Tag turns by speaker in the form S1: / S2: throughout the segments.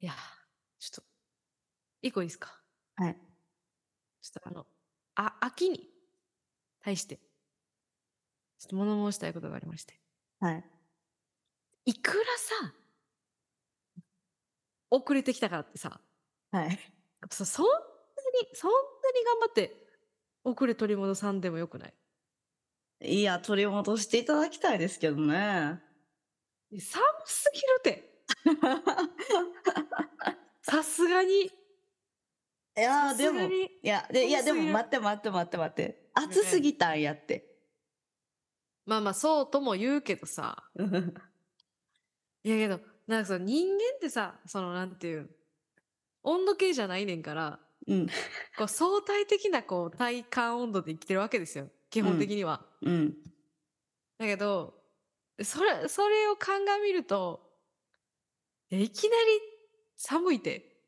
S1: いや、ちょっと、一個いいですか
S2: はい。
S1: ちょっとあの、あ、秋に対して、ちょっと物申したいことがありまして。
S2: はい。
S1: いくらさ、遅れてきたからってさ、
S2: はい。
S1: そそんなに、そんなに頑張って、遅れ取り戻さんでもよくない
S2: いや、取り戻していただきたいですけどね。
S1: え寒すぎる って。さすがに。
S2: いやー、で
S1: さすが
S2: も、い
S1: に
S2: や、でいや、でも
S1: 寒すぎる
S2: 待って待って待って待って。暑すぎたんやって。
S1: まあまあ、そうとも言うけどさ。いやけど、なんかその人間ってさ、そのなんていうん温度計じゃないねんから、
S2: うん。
S1: こう相対的なこう体感温度で生きてるわけですよ。基本的には。
S2: うん。
S1: だけど、それ、それを鑑みると、えいきなり寒いて。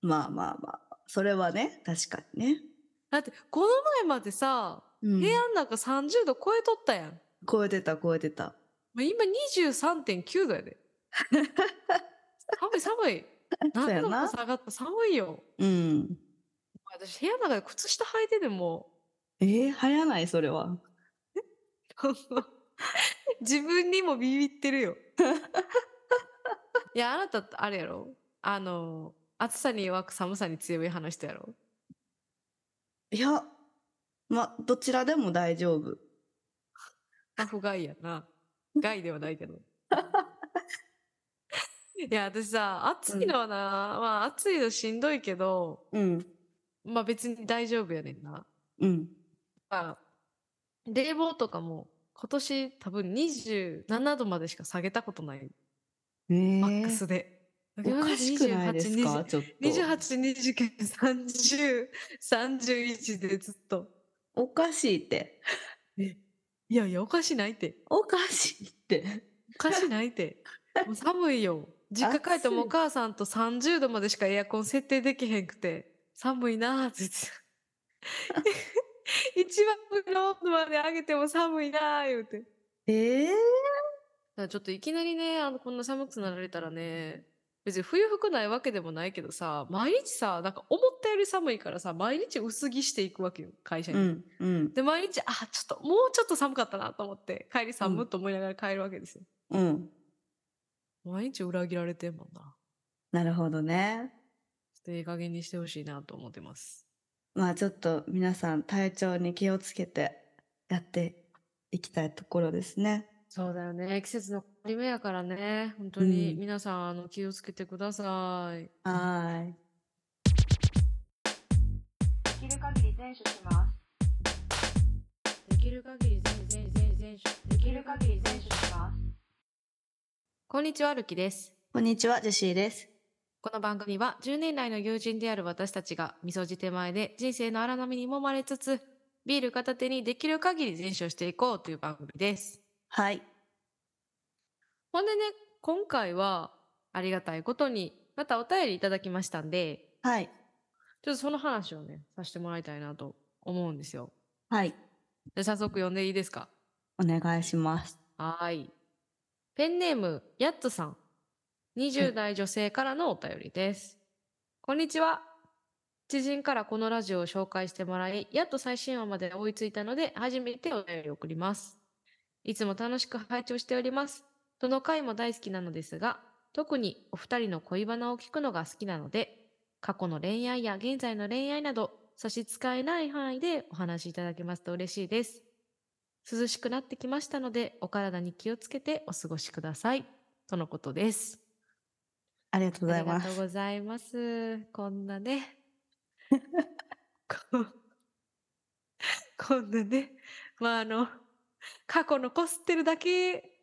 S2: まあまあまあ。それはね、確かにね。
S1: だって、この前までさ、
S2: うん
S1: 部屋の中30度超えとったやん。
S2: 超えてた、超えてた。
S1: もう今23.9度やで。寒い寒い。
S2: そう
S1: 何
S2: や
S1: 度も
S2: な。
S1: 下がった寒いよ。
S2: うん。
S1: 私部屋の中で靴下履いてても、
S2: えー、流行ない、それは。
S1: 自分にもビビってるよ。 いや、あなた、あれやろあの、暑さに弱く寒さに強い派の人やろ
S2: いや、まあ、どちらでも大丈夫。
S1: タフガイやな。害ではないけど。 いや、私さ、暑いのはな、まあ暑いのしんどいけど、
S2: うん。
S1: まあ別に大丈夫やねんな。
S2: うん。
S1: まあ、冷房とかも今年多分27度までしか下げたことない。
S2: えー
S1: マックスで。
S2: おかしくないですかちょっと。
S1: 28,29,30,31でずっと。
S2: おかしいって。
S1: いやいや、おかしないって。
S2: おかしいって。
S1: おかしない って。もう寒いよ。実家帰ってもお
S2: 暑い
S1: 母さんと30度までしかエアコン設定できへんくて、寒いなー って 言ってた。一番上の温度まで上げても寒いなー言うて。だか
S2: ええ
S1: らちょっといきなりね、あの、こんな寒くなられたらね、別に冬服ないわけでもないけどさ、毎日さ、なんか思ったより寒いからさ、毎日薄着していくわけよ、会社に。
S2: うん、うん、
S1: で、毎日、あ、ちょっと、もうちょっと寒かったなと思って、帰り寒っと思いながら帰るわけですよ。
S2: うん。
S1: 毎日裏切られてんもんな。
S2: なるほどね。
S1: ちょっといい加減にしてほしいなと思ってます。
S2: まあちょっと皆さん体調に気をつけてやっていきたいところですね。
S1: そうだよね。季節の変わり目やからね。本当
S2: う
S1: に
S2: ん
S1: 皆さん、あの気をつけてください。
S2: はーい。
S3: できる限り全処します。
S1: できる限り全全全全
S3: できる限り全処します。
S1: こんにちは、るきです。
S2: こんにちは、ジェシーです。
S1: この番組は10年来の友人である私たちが、みそじ手前で人生の荒波に揉まれつつ、ビール片手にできる限り全勝していこうという番組です。
S2: はい。
S1: ほんでね、今回はありがたいことに、またお便りいただきましたんで、
S2: はい。
S1: ちょっとその話をね、させてもらいたいなと思うんですよ。
S2: はい。
S1: で早速読んでいいですか
S2: お願いします。
S1: はーい。ペンネーム、やっつさん。20代女性からのお便りです。こんにちは。知人からこのラジオを紹介してもらい、やっと最新話まで追いついたので、初めてお便りを送ります。いつも楽しく拝聴しております。どの回も大好きなのですが、特にお二人の恋バナを聞くのが好きなので、過去の恋愛や現在の恋愛など、差し支えない範囲でお話しいただけますと嬉しいです。涼しくなってきましたので、お体に気をつけてお過ごしください。とのことです。
S2: ありがとうございま
S1: ありがと
S2: す
S1: う。ございます。こんなね。こ こんなね。まあ、あの、過去のこすってるだけ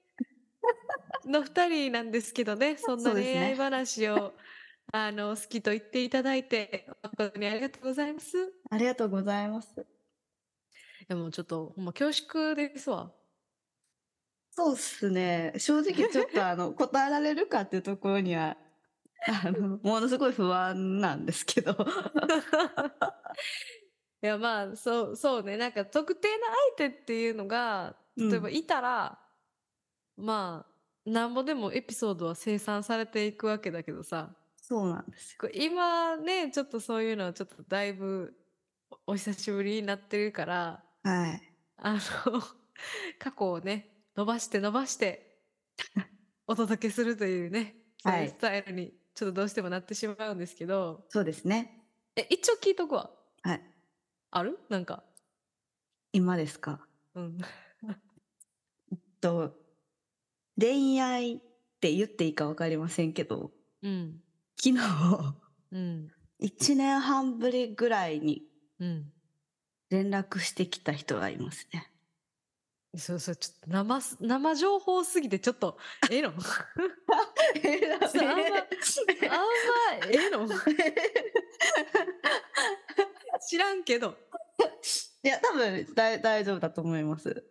S1: の二人なんですけどね、そんな
S2: そうです
S1: 恋
S2: ね
S1: 愛話を、あの、好きと言っていただいて、本当にありがとうございます。
S2: ありがとうございます。
S1: でもうちょっと、ほんま恐縮ですわ。
S2: そうっすね。正直ちょっとあの、答えられるかっていうところには、あの、ものすごい不安なんですけど。
S1: いやまあそうそうねなんか特定の相手っていうのが
S2: うん
S1: 例えばいたら、まあなんぼでもエピソードは生産されていくわけだけどさ
S2: そうなんですよ。
S1: こう今ね、ちょっとそういうのはちょっとだいぶおお久しぶりになってるから、
S2: はい。
S1: あの、 過去をね、伸ばして伸ばして、お届けするというね、そう
S2: はいいう
S1: スタイルに、ちょっとどうしてもなってしまうんですけど、
S2: そうですね。
S1: え、一応聞いとくわ。
S2: はい。
S1: あるなんか。
S2: 今ですか。
S1: うん。
S2: と、恋愛って言っていいかわかりませんけど、
S1: うん。
S2: 昨日、
S1: うん。
S2: 1年半ぶりぐらいに
S1: うん。
S2: 連絡してきた人がいますね。
S1: そうそう、ちょっと生す、生情報すぎてちょっ と、ええのあんま、
S2: そうあんま
S1: ええの知らんけど。
S2: いや、多分大大丈夫だと思います。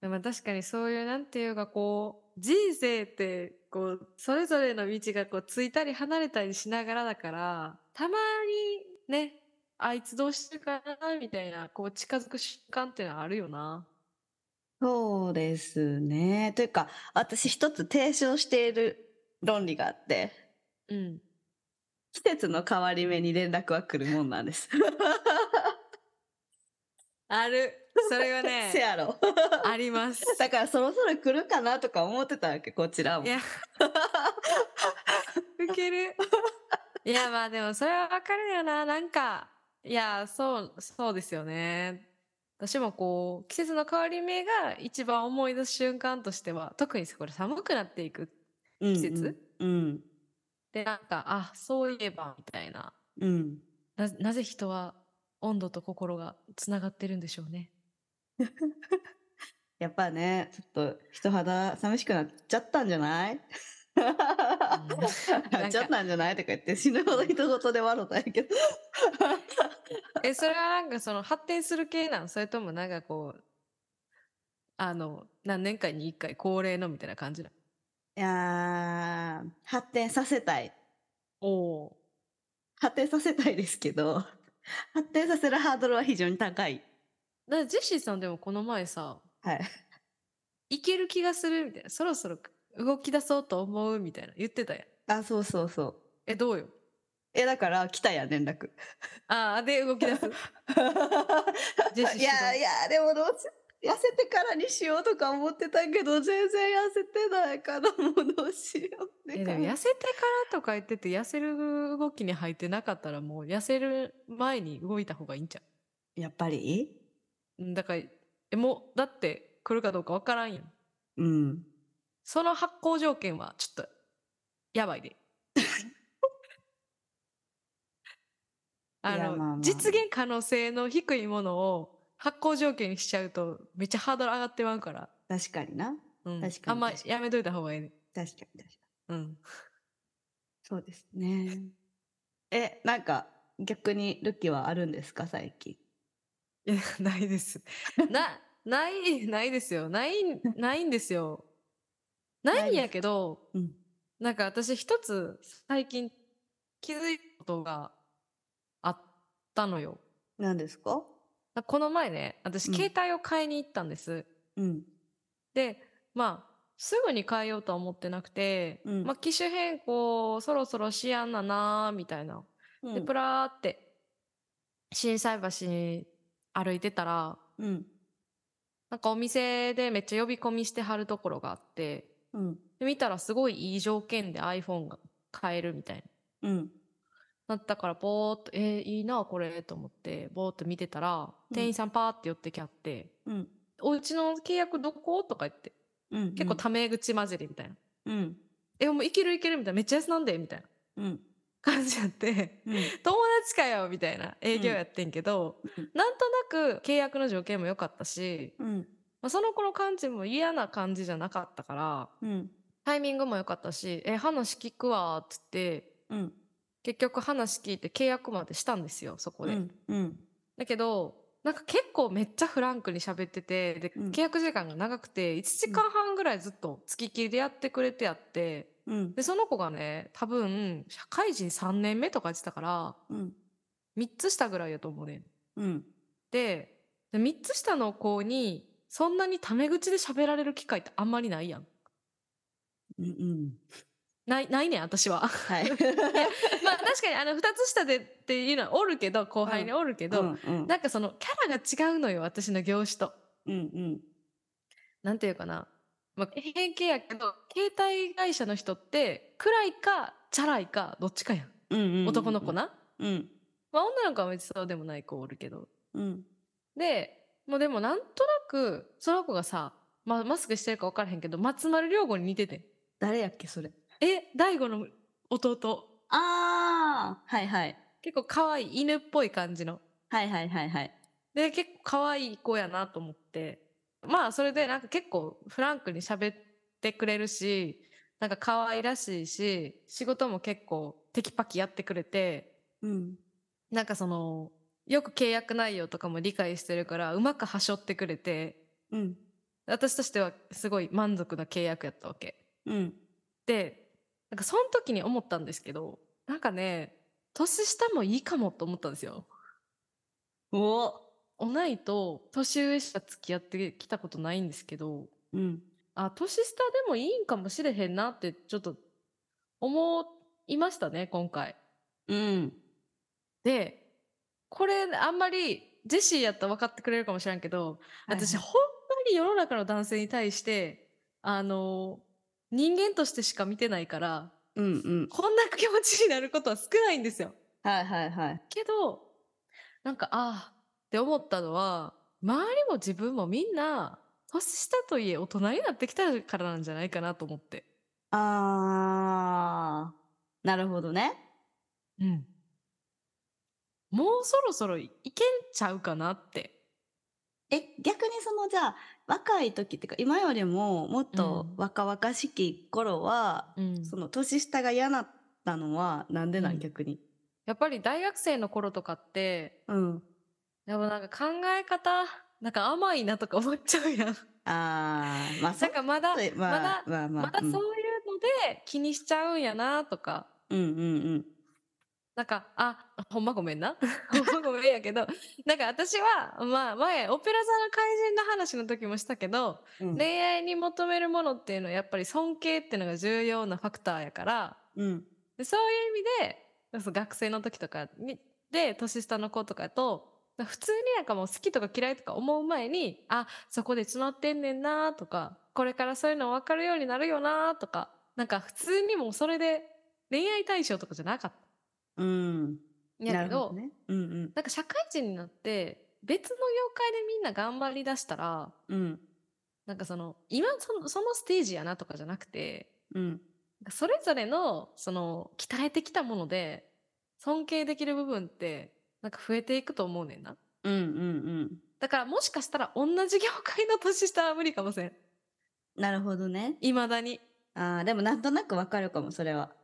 S1: でも確かにそういう、なんていうかこう、人生って、こう、それぞれの道がこう、ついたり離れたりしながらだから、たまにね、あいつどうしてるかな、みたいな、こう、近づく瞬間ってのはあるよな。
S2: そうですね。というか、私一つ提唱している論理があって、
S1: うん。
S2: 季節の変わり目に連絡は来るもんなんです。
S1: ある。それは ね
S2: せ、やろ。
S1: あります。
S2: だからそろそろ来るかなとか思ってたわけ、こちらも
S1: い。や、ウケる。いや、まあでもそれはわかるよな。なんか、いや、そう、そうですよね。私もこう、季節の変わり目が一番思い出す瞬間としては、特にこれ寒くなっていくっ
S2: 季
S1: 節
S2: うん
S1: て、なんか、あ、そういえば、みたいな。
S2: うん。うん。
S1: な、なぜ人は温度と心がつながってるんでしょうね。
S2: やっぱね、ちょっと人肌寂しくなっちゃったんじゃ ないなっちゃったんじゃないとか言って死ぬほど人事で笑ったんやけど。
S1: え、それはなんかその発展する系なんそれともなんかこう、あの、何年間に一回恒例のみたいな感じなん
S2: いやー発展させたい。
S1: おお
S2: 発展させたいですけど、発展させるハードルは非常に高い。
S1: ー。だからジェシーさんでもこの前さ、
S2: はい。
S1: いける気がするみたいな、そろそろ動き出そうと思うみたいな言ってたやん。
S2: あ、そうそうそう。
S1: え、どうよ。
S2: え、だから来たやん、連 絡。
S1: ああ、で動 き出す。ジェシー
S2: いやいや、でもどうし痩せてからにしようとか思ってたけど、全然痩せてないから、もうどうしよう。
S1: えでも痩せてからとか言ってて、痩せる動きに入ってなかったらもう痩せる前に動いた方がいいんじゃ
S2: やっぱり
S1: ん。うんだから、え、もう、だって来るかどうかわからんやん。
S2: うん。
S1: その発行条件はちょっと、やばいで。あ
S2: いや
S1: の、
S2: まあまあ
S1: 実現可能性の低いものを発行条件にしちゃうと、めっちゃハードル上がってまうから。
S2: 確かにな。
S1: うん。
S2: 確かに
S1: あんま
S2: 確かに
S1: やめといた方がいいね。
S2: 確かに確かに。
S1: うん。
S2: そうですね。え、なんか、逆にルキはあるんですか、最近。
S1: いや、 ないです。な、ない、ないですよ。ない、ないんですよ。ないんやけど、
S2: うん。
S1: なんか私一つ最近気づいたことがあったのよ。
S2: 何ですか
S1: だこの前ね、私、
S2: うん
S1: 携帯を買いに行ったんです。
S2: うん。
S1: で、まあ、すぐに変えようとは思ってなくて、
S2: うん
S1: まあ、機種変更、そろそろしやんななーみたいな。
S2: う
S1: で、
S2: ん
S1: プ。ラーって、心斎橋歩いてたら、
S2: うん。
S1: なんかお店でめっちゃ呼び込みしてはるところがあって、
S2: うん。
S1: で見たらすごいいい条件で iPhone が買えるみたいな。
S2: うん。
S1: なったから、ぼーっと、えーいいな、これ、と思って、ぼーっと見てたら、
S2: うん
S1: 店員さんパーって寄ってきあって、
S2: うん。
S1: おうちの契約どことか言って、
S2: うん。
S1: 結構タメ口混じりみたいな。
S2: うん。
S1: え、もういけるいけるみたいな。めっちゃ安なんでみたいな
S2: うん。
S1: 感じやって、
S2: うん。
S1: 友達かよみたいな営業やってんけど、
S2: うん
S1: なんとなく契約の条件も良かったし、
S2: うん。
S1: まあ、その子の感じも嫌な感じじゃなかったから、
S2: うん。
S1: タイミングも良かったし、え、話聞くわっつって、
S2: うん。
S1: 結局話聞いて契約までしたんですよ、そこ
S2: う
S1: で。
S2: ん。うん。
S1: だけど、なんか結構めっちゃフランクに喋ってて、で、
S2: うん
S1: 契約時間が長くて、1時間半ぐらいずっと付きっきりでやってくれてやって、
S2: うん。
S1: で、その子がね、多分、社会人3年目とか言ってたから、
S2: うん。
S1: 3つ下ぐらいやと思うねん。
S2: うん。
S1: で、で3つ下の子に、そんなにタメ口で喋られる機会ってあんまりないやん。
S2: うん。
S1: ない、ないねん、私 は。
S2: はい。
S1: まあ確かにあの、二つ下でっていうのはおるけど、後輩におるけど、
S2: うんうん
S1: なんかそのキャラが違うのよ、私の業種と。
S2: うんうん
S1: なんていうかな。まあ、変形やけど、携帯会社の人って、暗いか、チャラいか、どっちかやん。
S2: うんうんうん
S1: 男の子。な。
S2: うん
S1: まあ女の子は別にそうでもない子おるけど。
S2: うん
S1: で、もうでもなんとなく、その子がさ、まあマスクしてるか分からへんけど、松丸亮吾に似ててん。
S2: 誰やっけそれ。
S1: え、大悟の弟。
S2: ああはいはい
S1: 結構可愛い犬っぽい感じの。
S2: はいはいはいはい。
S1: で、結構可愛い子やなと思って。まあ、それでなんか結構フランクに喋ってくれるし、なんか可愛らしいし、仕事も結構テキパキやってくれて、
S2: うん
S1: なんかその、よく契約内容とかも理解してるから、うまくはしょってくれて、
S2: うん
S1: 私としてはすごい満足な契約やったわけ。
S2: うん
S1: で、なんかその時に思ったんですけど、なんかね、年下もいいかもと思ったんですよ。
S2: おー
S1: 同いと年上しか付き合ってきたことないんですけど、
S2: うん
S1: あ、年下でもいいんかもしれへんなってちょっと思いましたね、今回。
S2: うん
S1: で、これあんまりジェシーやったら分かってくれるかもしれんけど、私ほんまに世の中の男性に対して、あの、人間としてしか見てないから、
S2: うんうん
S1: こんな気持ちになることは少ないんですよ。
S2: はいはいはい。
S1: けど、なんか、ああ、って思ったのは、周りも自分もみんな、年下といえ大人になってきたからなんじゃないかなと思って。
S2: ああなるほどね。
S1: うん。もうそろそろいけんちゃうかなって。
S2: え逆にそのじゃあ若い時っていうか今よりももっと
S1: うん
S2: 若々しき頃は、
S1: うん
S2: その年下が嫌だったのはなんでなん、
S1: うん
S2: 逆に。
S1: やっぱり大学生の頃とかって、
S2: うん。
S1: やっぱなんか考え方、なんか甘いなとか思っちゃう やん。
S2: ああまあ
S1: なんかまだ、
S2: そう
S1: まだ
S2: まあ、まあまあ
S1: まだそういうので気にしちゃうんやなとか。
S2: うんうんうん
S1: なんか、あ、ほんまごめんな。 ほんまごめんやけど、なんか私は、まあ前、オペラ座の怪人の話の時もしたけど、
S2: うんうん。
S1: 恋愛に求めるものっていうのはやっぱり尊敬っていうのが重要なファクターやから、
S2: うん
S1: でそういう意味で、そう学生の時とかに、で、年下の子とかと、普通になんかもう好きとか嫌いとか思う前に、あ、そこで詰まってんねんなとか、これからそういうの分かるようになるよなとか、なんか普通にもうそれで恋愛対象とかじゃなかった。
S2: うん。
S1: やけ
S2: なる
S1: ど
S2: ほどね。うん
S1: なんか社会人になって別の業界でみんな頑張りだしたら、
S2: うんうん
S1: なんかその、今そのそのステージやなとかじゃなくて、
S2: うん
S1: なんかそれぞれの、その、鍛えてきたもので、尊敬できる部分って、なんか増えていくと思うねんな。
S2: うんうん
S1: だからもしかしたら同じ業界の年下は無理かもしれん。
S2: うん。なるほどね。
S1: 未だに。
S2: ああでもなんとなくわかるかもそれは。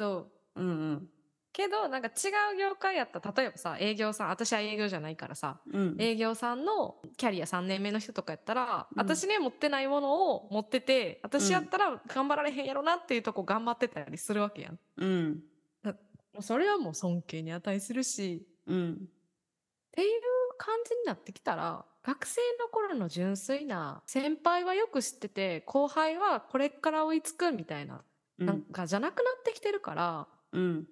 S1: そう。
S2: うんうん
S1: けど、なんか違う業界やったら、例えばさ、営業さん、私は営業じゃないからさ、
S2: うん。
S1: 営業さんのキャリア3年目の人とかやったら、
S2: うん
S1: 私には持ってないものを持ってて私やったら頑張られへんやろなっていうとこ頑張ってたりするわけやん。も
S2: うん
S1: うそれはもう尊敬に値するしっ
S2: うん
S1: ていう感じになってきたら学生の頃の純粋な先輩はよく知ってて後輩はこれから追いつくみたいな、
S2: う
S1: なん
S2: ん
S1: かじゃなくなってきてるから
S2: うん。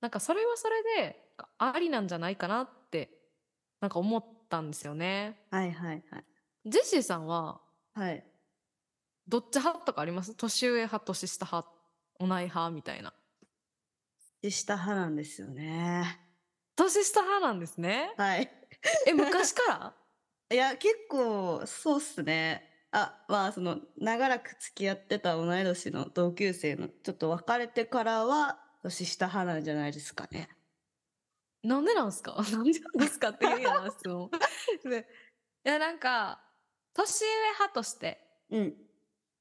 S1: なんかそれはそれでありなんじゃないかなってなんか思ったんですよね。
S2: はいはいはい
S1: ジェシーさんは
S2: はい。
S1: どっち派とかあります年上派、年下派、同い派みたいな。
S2: で下派なんですよね。
S1: 年下派なんですね。
S2: はい。
S1: え、昔から
S2: いや結構そうっすね。あまあその長らく付き合ってた同い年の同級生のちょっと別れてからは年下派なんじゃないですかね。
S1: なんでなんすか なんでなんですかっていうような質問。ねいや、なんか、年上派として、
S2: うん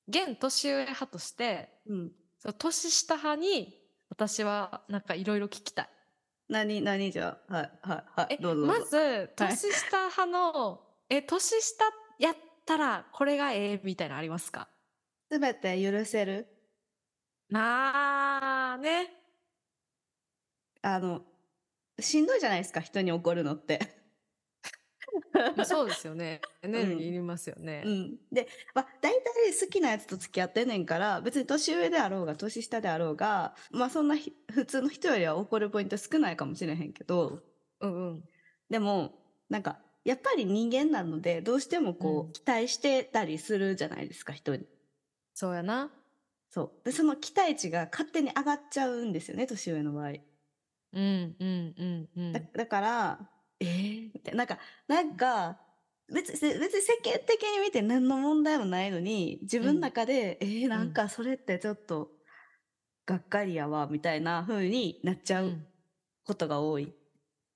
S1: 現年上派として、
S2: うん。
S1: その年下派に、私はなんかいろいろ聞きたい。
S2: 何何じゃあはいはいはい
S1: え、
S2: どうぞどうぞ。
S1: まず、
S2: はい
S1: 年下派の、え、年下やったらこれがええみたいなのありますか
S2: すべて許せる
S1: なあね。
S2: あのしんどいじゃないですか人に怒るのって。
S1: まあそうですよ ね。エネルギーいりますよね。
S2: うん、で、まあ、大体好きなやつと付き合ってんねんから別に年上であろうが年下であろうが、まあ、そんなひ普通の人よりは怒るポイント少ないかもしれへんけど
S1: うん、うん、
S2: でもなんかやっぱり人間なのでどうしてもこう、
S1: うん
S2: 期待してたりするじゃないですか人に。
S1: そうやな。
S2: そうでその期待値が勝手に上がっちゃうんですよね年上の場合。
S1: うんうんうんうん
S2: だ。だから
S1: えー
S2: みたいななんか、なんか、別に、別に世間的に見て何の問題もないのに、自分の中で、えー、なんかそれってちょっと、がっかりやわ、みたいな風になっちゃ
S1: う
S2: うんことが多い。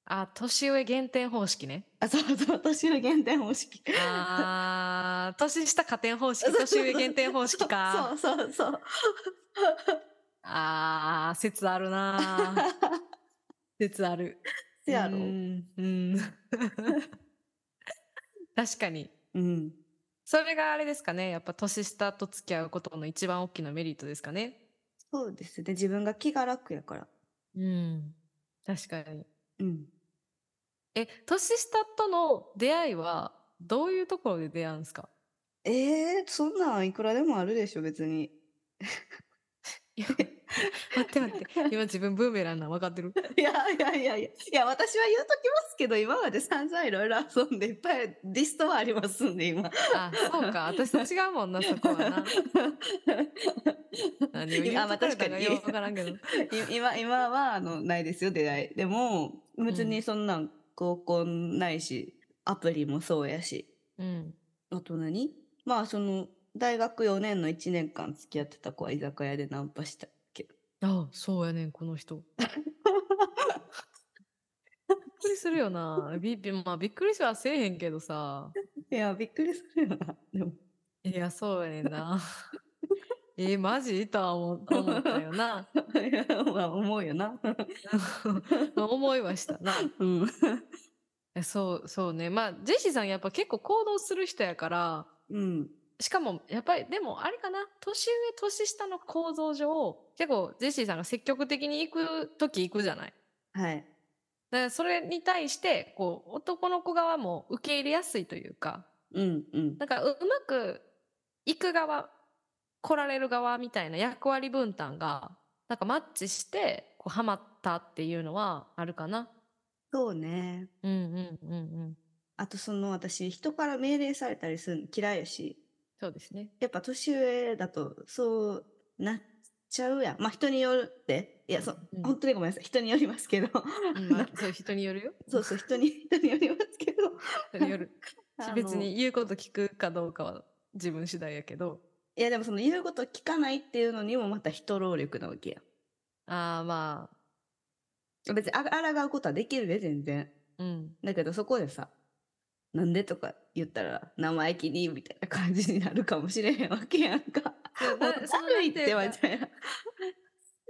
S1: あ、年上減点方式ね。
S2: あ、そうそう、年上減点 方式。
S1: あー、年下加点方式、
S2: そうそうそ
S1: 年上
S2: う
S1: 減点方式か。
S2: そうそうそう。
S1: あー、説あるな ー。説ある。
S2: せやろ
S1: う。ん。うん、 確かに。
S2: うん。
S1: それがあれですかね。やっぱ年下と付き合うことの一番大きなメリットですかね。
S2: そうですね。自分が気が楽やから。
S1: うん。確かに。
S2: うん。
S1: え、年下との出会いはどういうところで出会うんですか
S2: えー、そんなんいくらでもあるでしょ、別に。
S1: い や待って待って。今自分ブーメランなの分かってる。
S2: いやいやいやいや、いや私は言うときますけど、今まで散々いろいろ遊んで、いっぱいリストはありますんで、今。
S1: あ、そうか。私と違うもんな、そこは な。何を言う
S2: 今、まあ
S1: とくれ
S2: 確か
S1: たか
S2: に
S1: よう分からんけど。
S2: い 今、今は、あの、ないですよ、出会い。でも、別にそんなん、合コンないし、アプリもそうやし。
S1: うん。
S2: あと何まあ、その、大学4年の1年間付き合ってた子は居酒屋でナンパしたけど。
S1: あそうやねん、この人。びっくりするよな。びびまあ、びっくりしはせえへんけどさ。
S2: いや、びっくりするよな。でも、
S1: いや、そうやねんな。えマジとは思思ったよな。
S2: いやまあ、思うよな。
S1: まあ思いはしたな。
S2: うん。
S1: えそう、そうね。まあ、ジェシーさんやっぱ結構行動する人やから、
S2: うん。
S1: しかも、やっぱり、でも、あれかな、年上、年下の構造上、結構、ジェシーさんが積極的に行く時行くじゃない。
S2: はい。
S1: だから、それに対して、こう、男の子側も受け入れやすいというか、
S2: うん、うん。
S1: なんか、ううまく、行く側、来られる側みたいな役割分担が、なんかマッチして、こう、ハマったっていうのはあるかな。
S2: そうね。
S1: うんうんうんうん。
S2: あとその私人から命令されたりするの嫌いやし
S1: そうですね。
S2: やっぱ年上だとそうなっちゃうやんまあ人によるっていやそう、
S1: うん
S2: 本当にごめんなさい人によりますけど、
S1: うんまあ、そう人によるよ。
S2: そうそう人に人によりますけど
S1: 人による。
S2: あの
S1: 別に言うこと聞くかどうかは自分次第やけど
S2: いやでもその言うこと聞かないっていうのにもまた人労力なわけ
S1: ああま
S2: や別にあ抗うことはできるで全然
S1: あ うん
S2: だけどそこでさなんでとか言ったら生意気にみたいな感じになるかもしれへんわけやんか。も うだるいってはみたいな。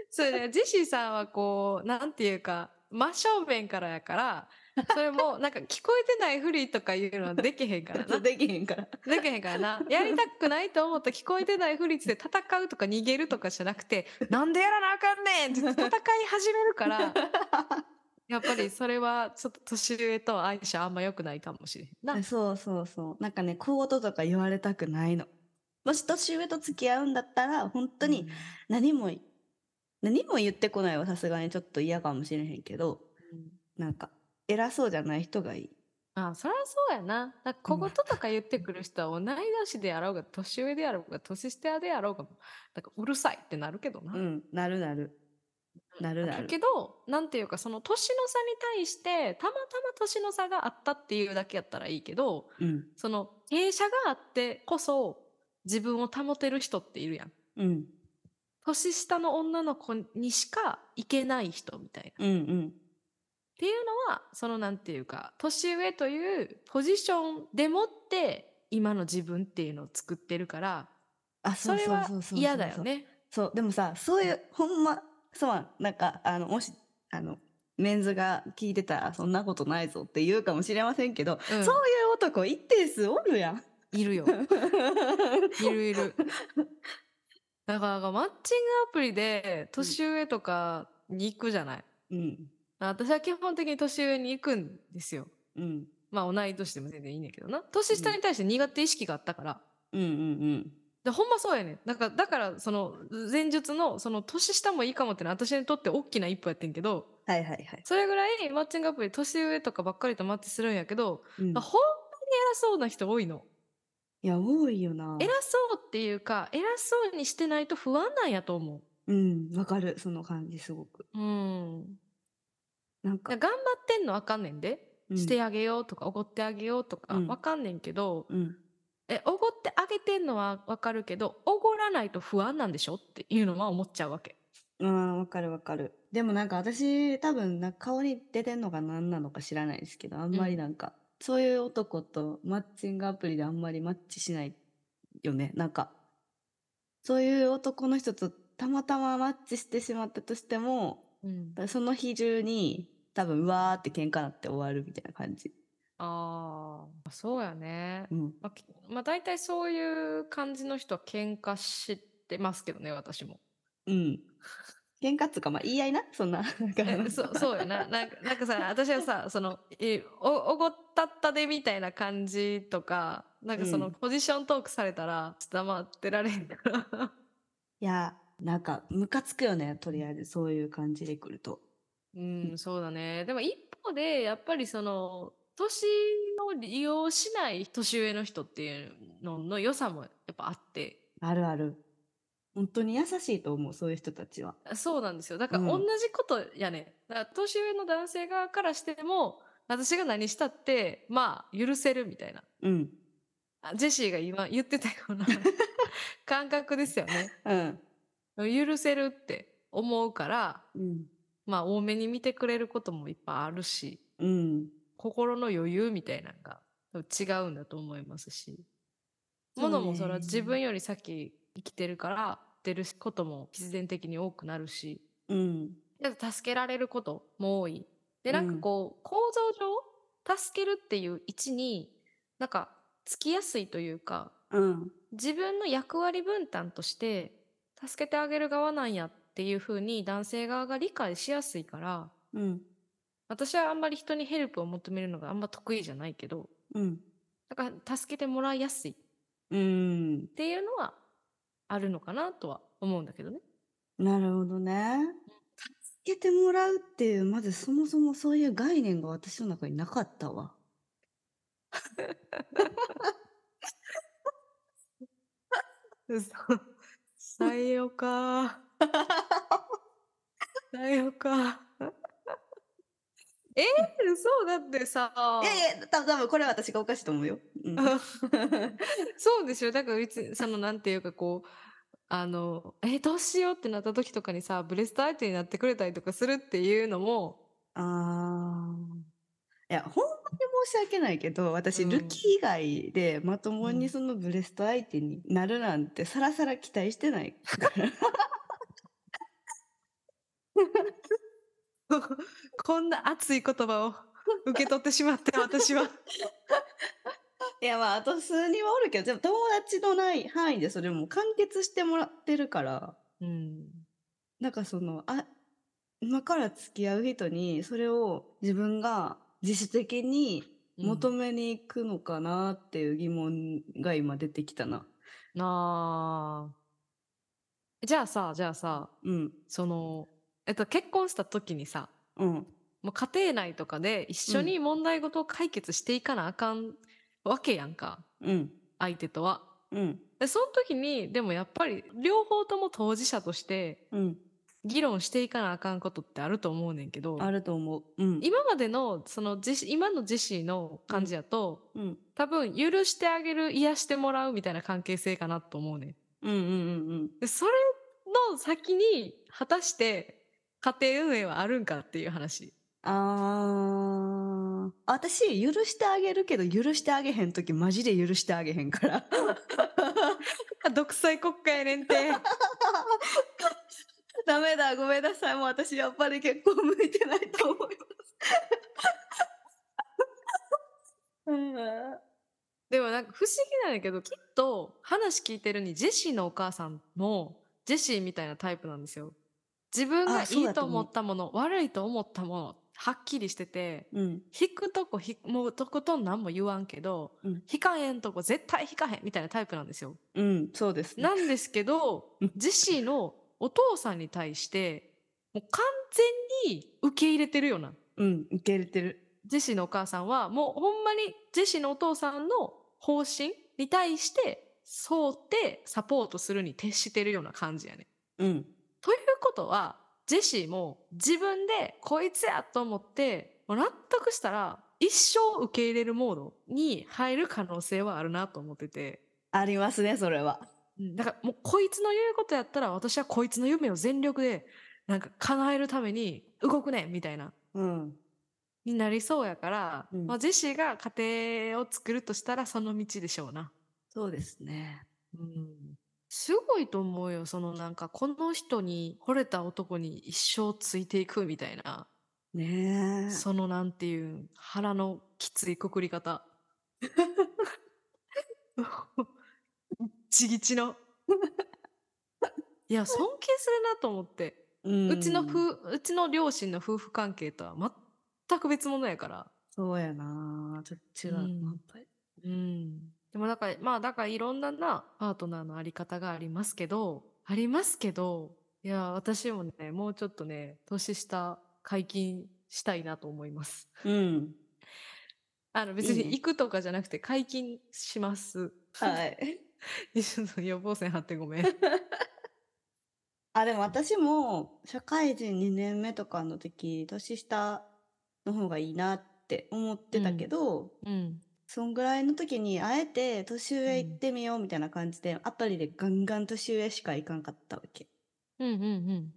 S1: そうねジェシーさんはこうなんていうか真正面からやからそれもなんか聞こえてないふりとかいうのはできへんから
S2: そ
S1: な
S2: うできへんから。
S1: できへんからなやりたくないと思った聞こえてないふりして戦うとか逃げるとかじゃなくてなんでやらなあかんねんって言って 戦い始めるからやっぱりそれはちょっと年上とは相性あんま良くないかもしれへんな
S2: そうそうそう。なんかね、こういうこととか言われたくないの。もし年上と付き合うんだったら、本当に何も、何も言ってこないはさすがにちょっと嫌かもしれへんけど、
S1: うん
S2: なんか、偉そうじゃない人がいい。
S1: あ、そりゃそうやな。なんか小言とか言ってくる人は同い年であろうが、年上であろうが、年下であろうが、なんかうるさいってなるけどな。
S2: うん、なるなる。なるな
S1: だ
S2: る
S1: け。ど、なんていうか、その年の差に対して、たまたま年の差があったっていうだけやったらいいけど、
S2: うん、
S1: その、傾斜があってこそ、自分を保てる人っているやん。
S2: うん、
S1: 年下の女の子にしか行けない人みたいな。
S2: うん、うん。
S1: っていうのはそのなんていうか年上というポジションでもって今の自分っていうのを作ってるから
S2: あ、
S1: それは嫌だよ。ね。
S2: そう、でもさ、そういう、ほんま、そう、なんか、あの、もし、あの、メンズが聞いてたら、そんなことないぞって言うかもしれませんけ
S1: う
S2: ど、
S1: ん
S2: そういう男一定数おるやん。
S1: いるよいるいる。だからマッチングアプリで年上とかに行くじゃない。
S2: うん。
S1: 私は基本的に年上に行くんですよ。
S2: うん。
S1: まあ同い年でも全然いいねんけどな年下に対して苦手意識があったから、
S2: うんうん
S1: でほんまそうやねんだからだからその前述のその年下もいいかもってのは私にとって大きな一歩やってんけど
S2: はいはいはい。
S1: それぐらいマッチングアプリ年上とかばっかりとマッチするんやけど、
S2: うん
S1: まあほんまに偉そうな人多いの。
S2: いや、多いよな。
S1: 偉そうっていうか偉そうにしてないと不安なんやと思
S2: うん、わかる、その感じすごく。
S1: う。うん、
S2: な
S1: だ
S2: んか、
S1: から頑張ってんのあかんねんで、
S2: うん
S1: してあげようとかおごってあげようとか
S2: うん
S1: わかんねんけど、
S2: うん。
S1: えおごってあげてんのはわかるけどおごらないと不安なんでしょっていうのは思っちゃうわけ。
S2: うん、わかるわかる。でもなんか私、多分、なんか顔に出てんのが何なのか知らないですけど、あんまりなんか、そういう男とマッチングアプリであんまりマッチしないよね。なんか、そういう男の人とたまたまマッチしてしまったとしても、
S1: うん、
S2: その日中に、多分、うわーって喧嘩なって終わるみたいな感じ。
S1: あーそうやね。
S2: うん。
S1: まあ、きまあ、大体そういう感じの人は喧嘩してますけどね私も。
S2: うん。喧嘩っつうか、まあ、言い合いな、 そんな。だから
S1: えそそうよななんかなんかさ私は さそのえおおごったったでみたいな感じとかなんかそうの
S2: ん
S1: ポジショントークされたらちょっと黙ってられへんから。
S2: いや、なんか、ムカつくよね、とりあえず、そういう感じで来ると。
S1: うん、そうだね。でも一方で、やっぱりその、年を利用しない年上の人っていうのの良さもやっぱあって、
S2: あるある。本当に優しいと思う、そういう人たちは。
S1: そうなんですよ。だから
S2: うん
S1: 同じことやね。だから年上の男性側からしても、私が何したって、まあ、許せるみたいな。
S2: うん。
S1: あジェシーが今言ってたよ うな感覚ですよね。
S2: うん。
S1: 許せるって思うから、
S2: うん。
S1: まあ、多めに見てくれることもいっぱいあるし。
S2: うん。
S1: 心の余裕みたいなのが違うんだと思いますし、
S2: そうね
S1: ものもそれは自分より先生きてるから出ることも必然的に多くなるし
S2: うん。
S1: だから助けられることも多いで
S2: う
S1: なんんかこう、構造上助けるっていう位置になんかつきやすいというか
S2: うん。
S1: 自分の役割分担として助けてあげる側なんやっていうふうに男性側が理解しやすいから
S2: うん。
S1: 私はあんまり人にヘルプを求めるのがあんま得意じゃないけど
S2: うん。
S1: だから助けてもらいやすいっ
S2: うん。
S1: ていうのはあるのかなとは思うんだけどね。
S2: なるほどね。助けてもらうっていう、まずそもそもそういう概念が私の中になかったわ。
S1: 採用か。 採用か。 えー、嘘だってさ。
S2: いやいや、多分多分これは私がおかしいと思うよ。うん。
S1: そうでしょ。だから別にそのなんていうかこう。あのえどうしようってなった時とかにさブレスト相手になってくれたりとかするっていうのも
S2: ああ。いや、ほんまに申し訳ないけど、私、
S1: うん
S2: ルキ以外でまとも
S1: う
S2: に
S1: ん
S2: そのブレスト相手になるなんて、さらさら期待してない。
S1: こんな熱い言葉を受け取ってしまって私は。
S2: いや、まあ、あと数人はおるけど、でも友達のない範囲でそれも完結してもらってるから、
S1: うん
S2: なんかその、あ、今から付き合う人に、それを自分が自主的に求めに行くのかなっていう疑問が今出てきたな。
S1: なあじゃあさじゃあさ
S2: うん、
S1: その、えっと、結婚した時にさ
S2: うん、
S1: もう家庭内とかで一緒に問題事を解決していかなあかんわけやんか、
S2: うん、
S1: 相手とは。
S2: うん、
S1: でその時にでもやっぱり両方とも当事者として
S2: うん。
S1: 議論していかなあかんことってあると思うねんけど
S2: あると思う。うん。
S1: 今までのそのジェシ今のジェシーの感じやと、
S2: うん。
S1: 多分許してあげる癒してもらうみたいな関係性かなと思うねん。
S2: うんうんうん
S1: でそれの先に果たして家庭運営はあるんかっていう話
S2: うん。あー。私、許してあげるけど、許してあげへんとき、マジで許してあげへんから。
S1: あ独裁国家やねんて
S2: ダメだ、ごめんなさい。もう私、やっぱり結構向いてないと思います。
S1: でもなんか不思議なんやけどきっと話聞いてるにジェシーのお母さんもジェシーみたいなタイプなんですよ自分が
S2: あ
S1: い
S2: そうだ
S1: い
S2: と
S1: と
S2: 思う
S1: 思ったもの悪いと思ったものっはっきりしてて、
S2: うん。
S1: 引くとこ引く、もうとことん何も言わんけど、
S2: うん
S1: 引かへんとこ絶対引かへんみたいなタイプなんですよ。
S2: うん、そうですね。
S1: なんですけど
S2: うん、
S1: 自身のお父さんに対して、もう完全に受け入れてるような。
S2: うん、いけれてる。
S1: ジェシーのお母さんはもうほんまにジェシーのお父さんの方針に対してそうってサポートするに徹してるような感じやね。
S2: うん。
S1: ということはジェシーも自分でこいつやと思ってもう納得したら一生受け入れるモードに入る可能性はあるなと思ってて。
S2: ありますね、それは。
S1: うんだからもうこいつの言うことやったら私はこいつの夢を全力でなんか叶えるために動くねみたいな
S2: うん。
S1: になりそうやから、
S2: うん
S1: まあ、ジェシーが家庭を作るとしたらその道でしょうな。
S2: そうですね。
S1: うん、すごいと思うよそのなんかこの人に惚れた男に一生ついていくみたいな、
S2: ねえ。
S1: そのなんていうん腹のきついくくり 方。ちぎち の。いや尊敬するなと思って、
S2: う
S1: うちの
S2: 夫
S1: 夫うちの両親の夫婦関係とは全く別物やから。
S2: そうやなちょっと違う。
S1: うん
S2: やっぱり
S1: うん。でもだから、まあだからいろんななパートナーのあり方がありますけど、ありますけど、いや、私もね、もうちょっとね、年下解禁したいなと思います。
S2: うん。
S1: あの別に
S2: いいね
S1: 行くとかじゃなくて解禁します。
S2: はい。
S1: 一緒の予防線張ってごめん。
S2: あ、でも私も社会人2年目とかの時、年下の方がいいなって思ってたけど、
S1: うん。
S2: そんぐらいの時にあえて年上行ってみようみたいな感じで、アプリでガンガン年上しか行かんかったわけ。
S1: うんうん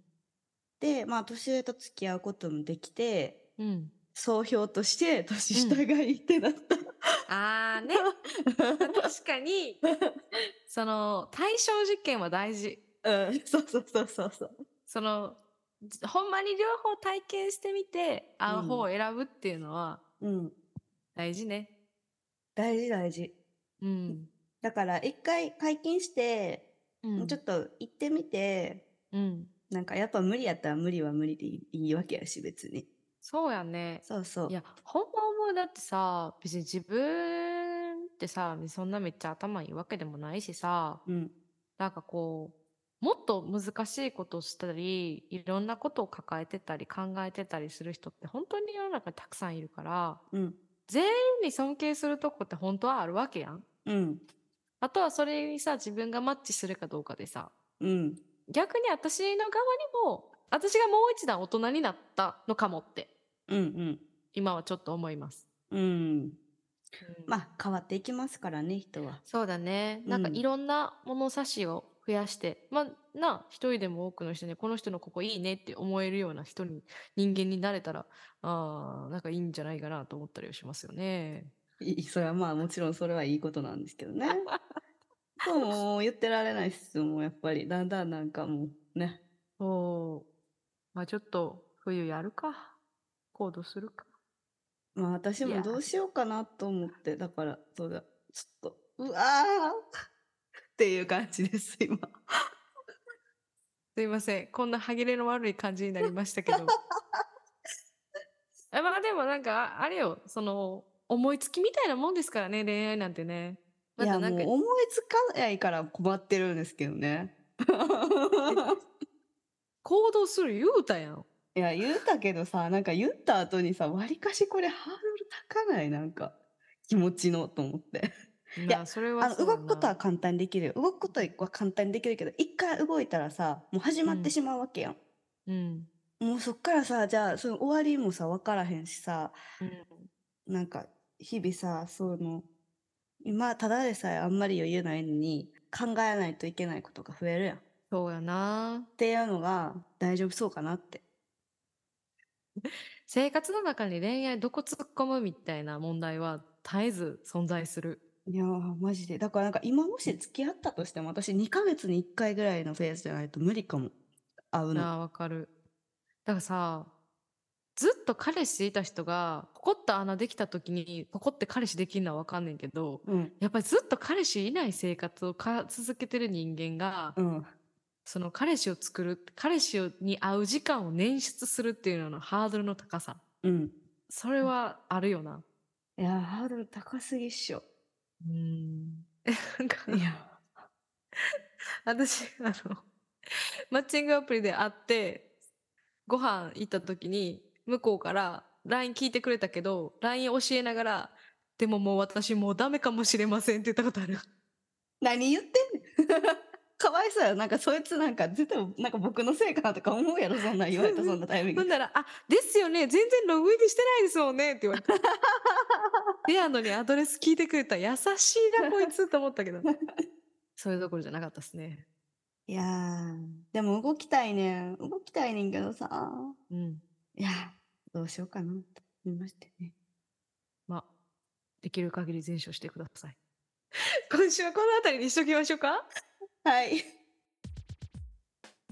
S2: で、まあ年上と付き合うこともできて、
S1: うん。うん。
S2: 総評として年下がいいってなった。
S1: あーね。確かに、その、対象実験は大事。
S2: うん、そうそうそうそうそう。
S1: そのじほんまに両方体験してみて合う方を選ぶっていうのは
S2: うん、
S1: 大事ね。
S2: 大事大事。
S1: うん。
S2: だから一回解禁して、
S1: うん、
S2: ちょっと行ってみて、
S1: うん、
S2: なんかやっぱ無理やったら無理は無理でいいいいわけやし別に。
S1: そうやね。
S2: そうそう。
S1: いやほんま思うだってさ別に自分ってさそんなめっちゃ頭いいわけでもないしさ
S2: うん、
S1: なんかこうもっと難しいことをしたりいろんなことを抱えてたり考えてたりする人って本当に世の中にたくさんいるから
S2: うん、
S1: 全員に尊敬するとこって本当はあるわけやん。
S2: うん、
S1: あとはそれにさ自分がマッチするかどうかでさ
S2: うん。
S1: 逆に私の側にも私がもう一段大人になったのかもって
S2: うん
S1: 今はちょっと思います。
S2: うん。うん。まあ変わっていきますからね、人は。
S1: そうだねなんか
S2: うん
S1: いろんな物差しを増やして、まあな一人でも多くの人にこの人のここいいねって思えるような人に人間になれたらあーなんかいいんじゃないかなと思ったりはしますよね。
S2: いいそれはまあもちろんそれはいいことなんですけど ね。そうもう言ってられないっすもうやっぱりだんだんなんかもうね。
S1: おまあちょっと冬やるか行動するか。
S2: まあ私
S1: いや
S2: もどうしようかなと思ってだからそうだちょっとうわーっていう感じです今。
S1: すいません。こんな歯切れの悪い感じになりましたけど。 あまあでもなんか、ああれよ、その、思いつきみたいなもんですからね、恋愛なんてね。
S2: い
S1: ま
S2: や
S1: た
S2: も
S1: なん
S2: う
S1: か、
S2: 思いつかないから困ってるんですけど ね。
S1: 行動する言うたやん。
S2: いや言ったけどさなんか言った後にさわりかしこれハードル高ないなんか気持ちのと思って。
S1: い
S2: や
S1: や、それは
S2: あの
S1: そう
S2: 動
S1: や
S2: くこと
S1: な
S2: は簡単にできるよ動くことは簡単にできるけど一回動いたらさもう始まっ
S1: うん
S2: てしまうわけやん、
S1: うん。
S2: もうそっからさじゃあその終わりもさ分からへんしさなんか日々さその今ただでさえあんまり余裕ないのに考えないといけないことが増えるやんっ
S1: そうやな。
S2: ていうのが大丈夫そうかなって
S1: 生活の中に恋愛どこ突っ込むみたいな問題は絶えず存在する。
S2: いやーマジでだからなんか今もし付き合ったとしても私2ヶ月に1回ぐらいのペースじゃないと無理かも会う
S1: な
S2: の
S1: あ、わかる。だからさ、ずっと彼氏いた人が、ポコった穴できた時に、ポコって彼氏できるのはわかんねんけど、
S2: うん
S1: やっぱりずっと彼氏いない生活をか続けてる人間が、
S2: うん
S1: その彼氏を作る彼氏をに会う時間を捻出するっていうののハードルの高さ
S2: うん。
S1: それはあるよな。
S2: いやー、ハードル高すぎっしょ。
S1: うん。 なんか、
S2: いや。
S1: 私、あの、マッチングアプリで会って、ご飯行った時に、向こうから LINE 聞いてくれたけど、LINE 教えながら、でももう私もうダメかもしれませんって言ったことある。
S2: 何言ってんねん。 かわいそうやろなんかそいつなんか絶対なんか僕のせいかなとか思うやろそんなん言われ たそんなタイミン
S1: ほ
S2: グ
S1: んなら、あ、ですよね、全然ログインしてないですもんねって言 われて。ペアのにアドレス聞いてくれた優しいな、こいつと思ったけど。 そういうところじゃなかったですね。
S2: いやーでも動きたいねん動きたいねんけどさ
S1: うん。
S2: いやーどうしようかなと思いましてね
S1: まあ、できる限り善処してください。今週はこの辺りにしときましょうか。
S2: はい。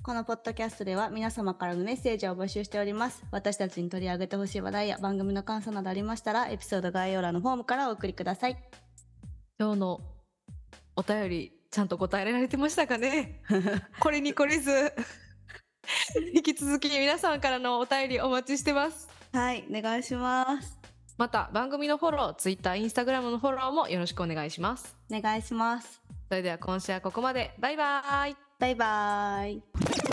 S2: このポッドキャストでは皆様からのメッセージを募集しております。私たちに取り上げてほしい話題や番組の感想などありましたら、エピソード概要欄のフォームからお送りください。
S1: 今日のお便り、ちゃんと答えられてましたか ねこれにこれず。引き続き皆さんからのお便りお待ちしてます。
S2: はい、お願いします。
S1: また番組のフォロー、Twitter、Instagram のフォローもよろしくお願いします。
S2: お願いします。
S1: それでは今週はここまで。バイバイ。
S2: バイバーイ。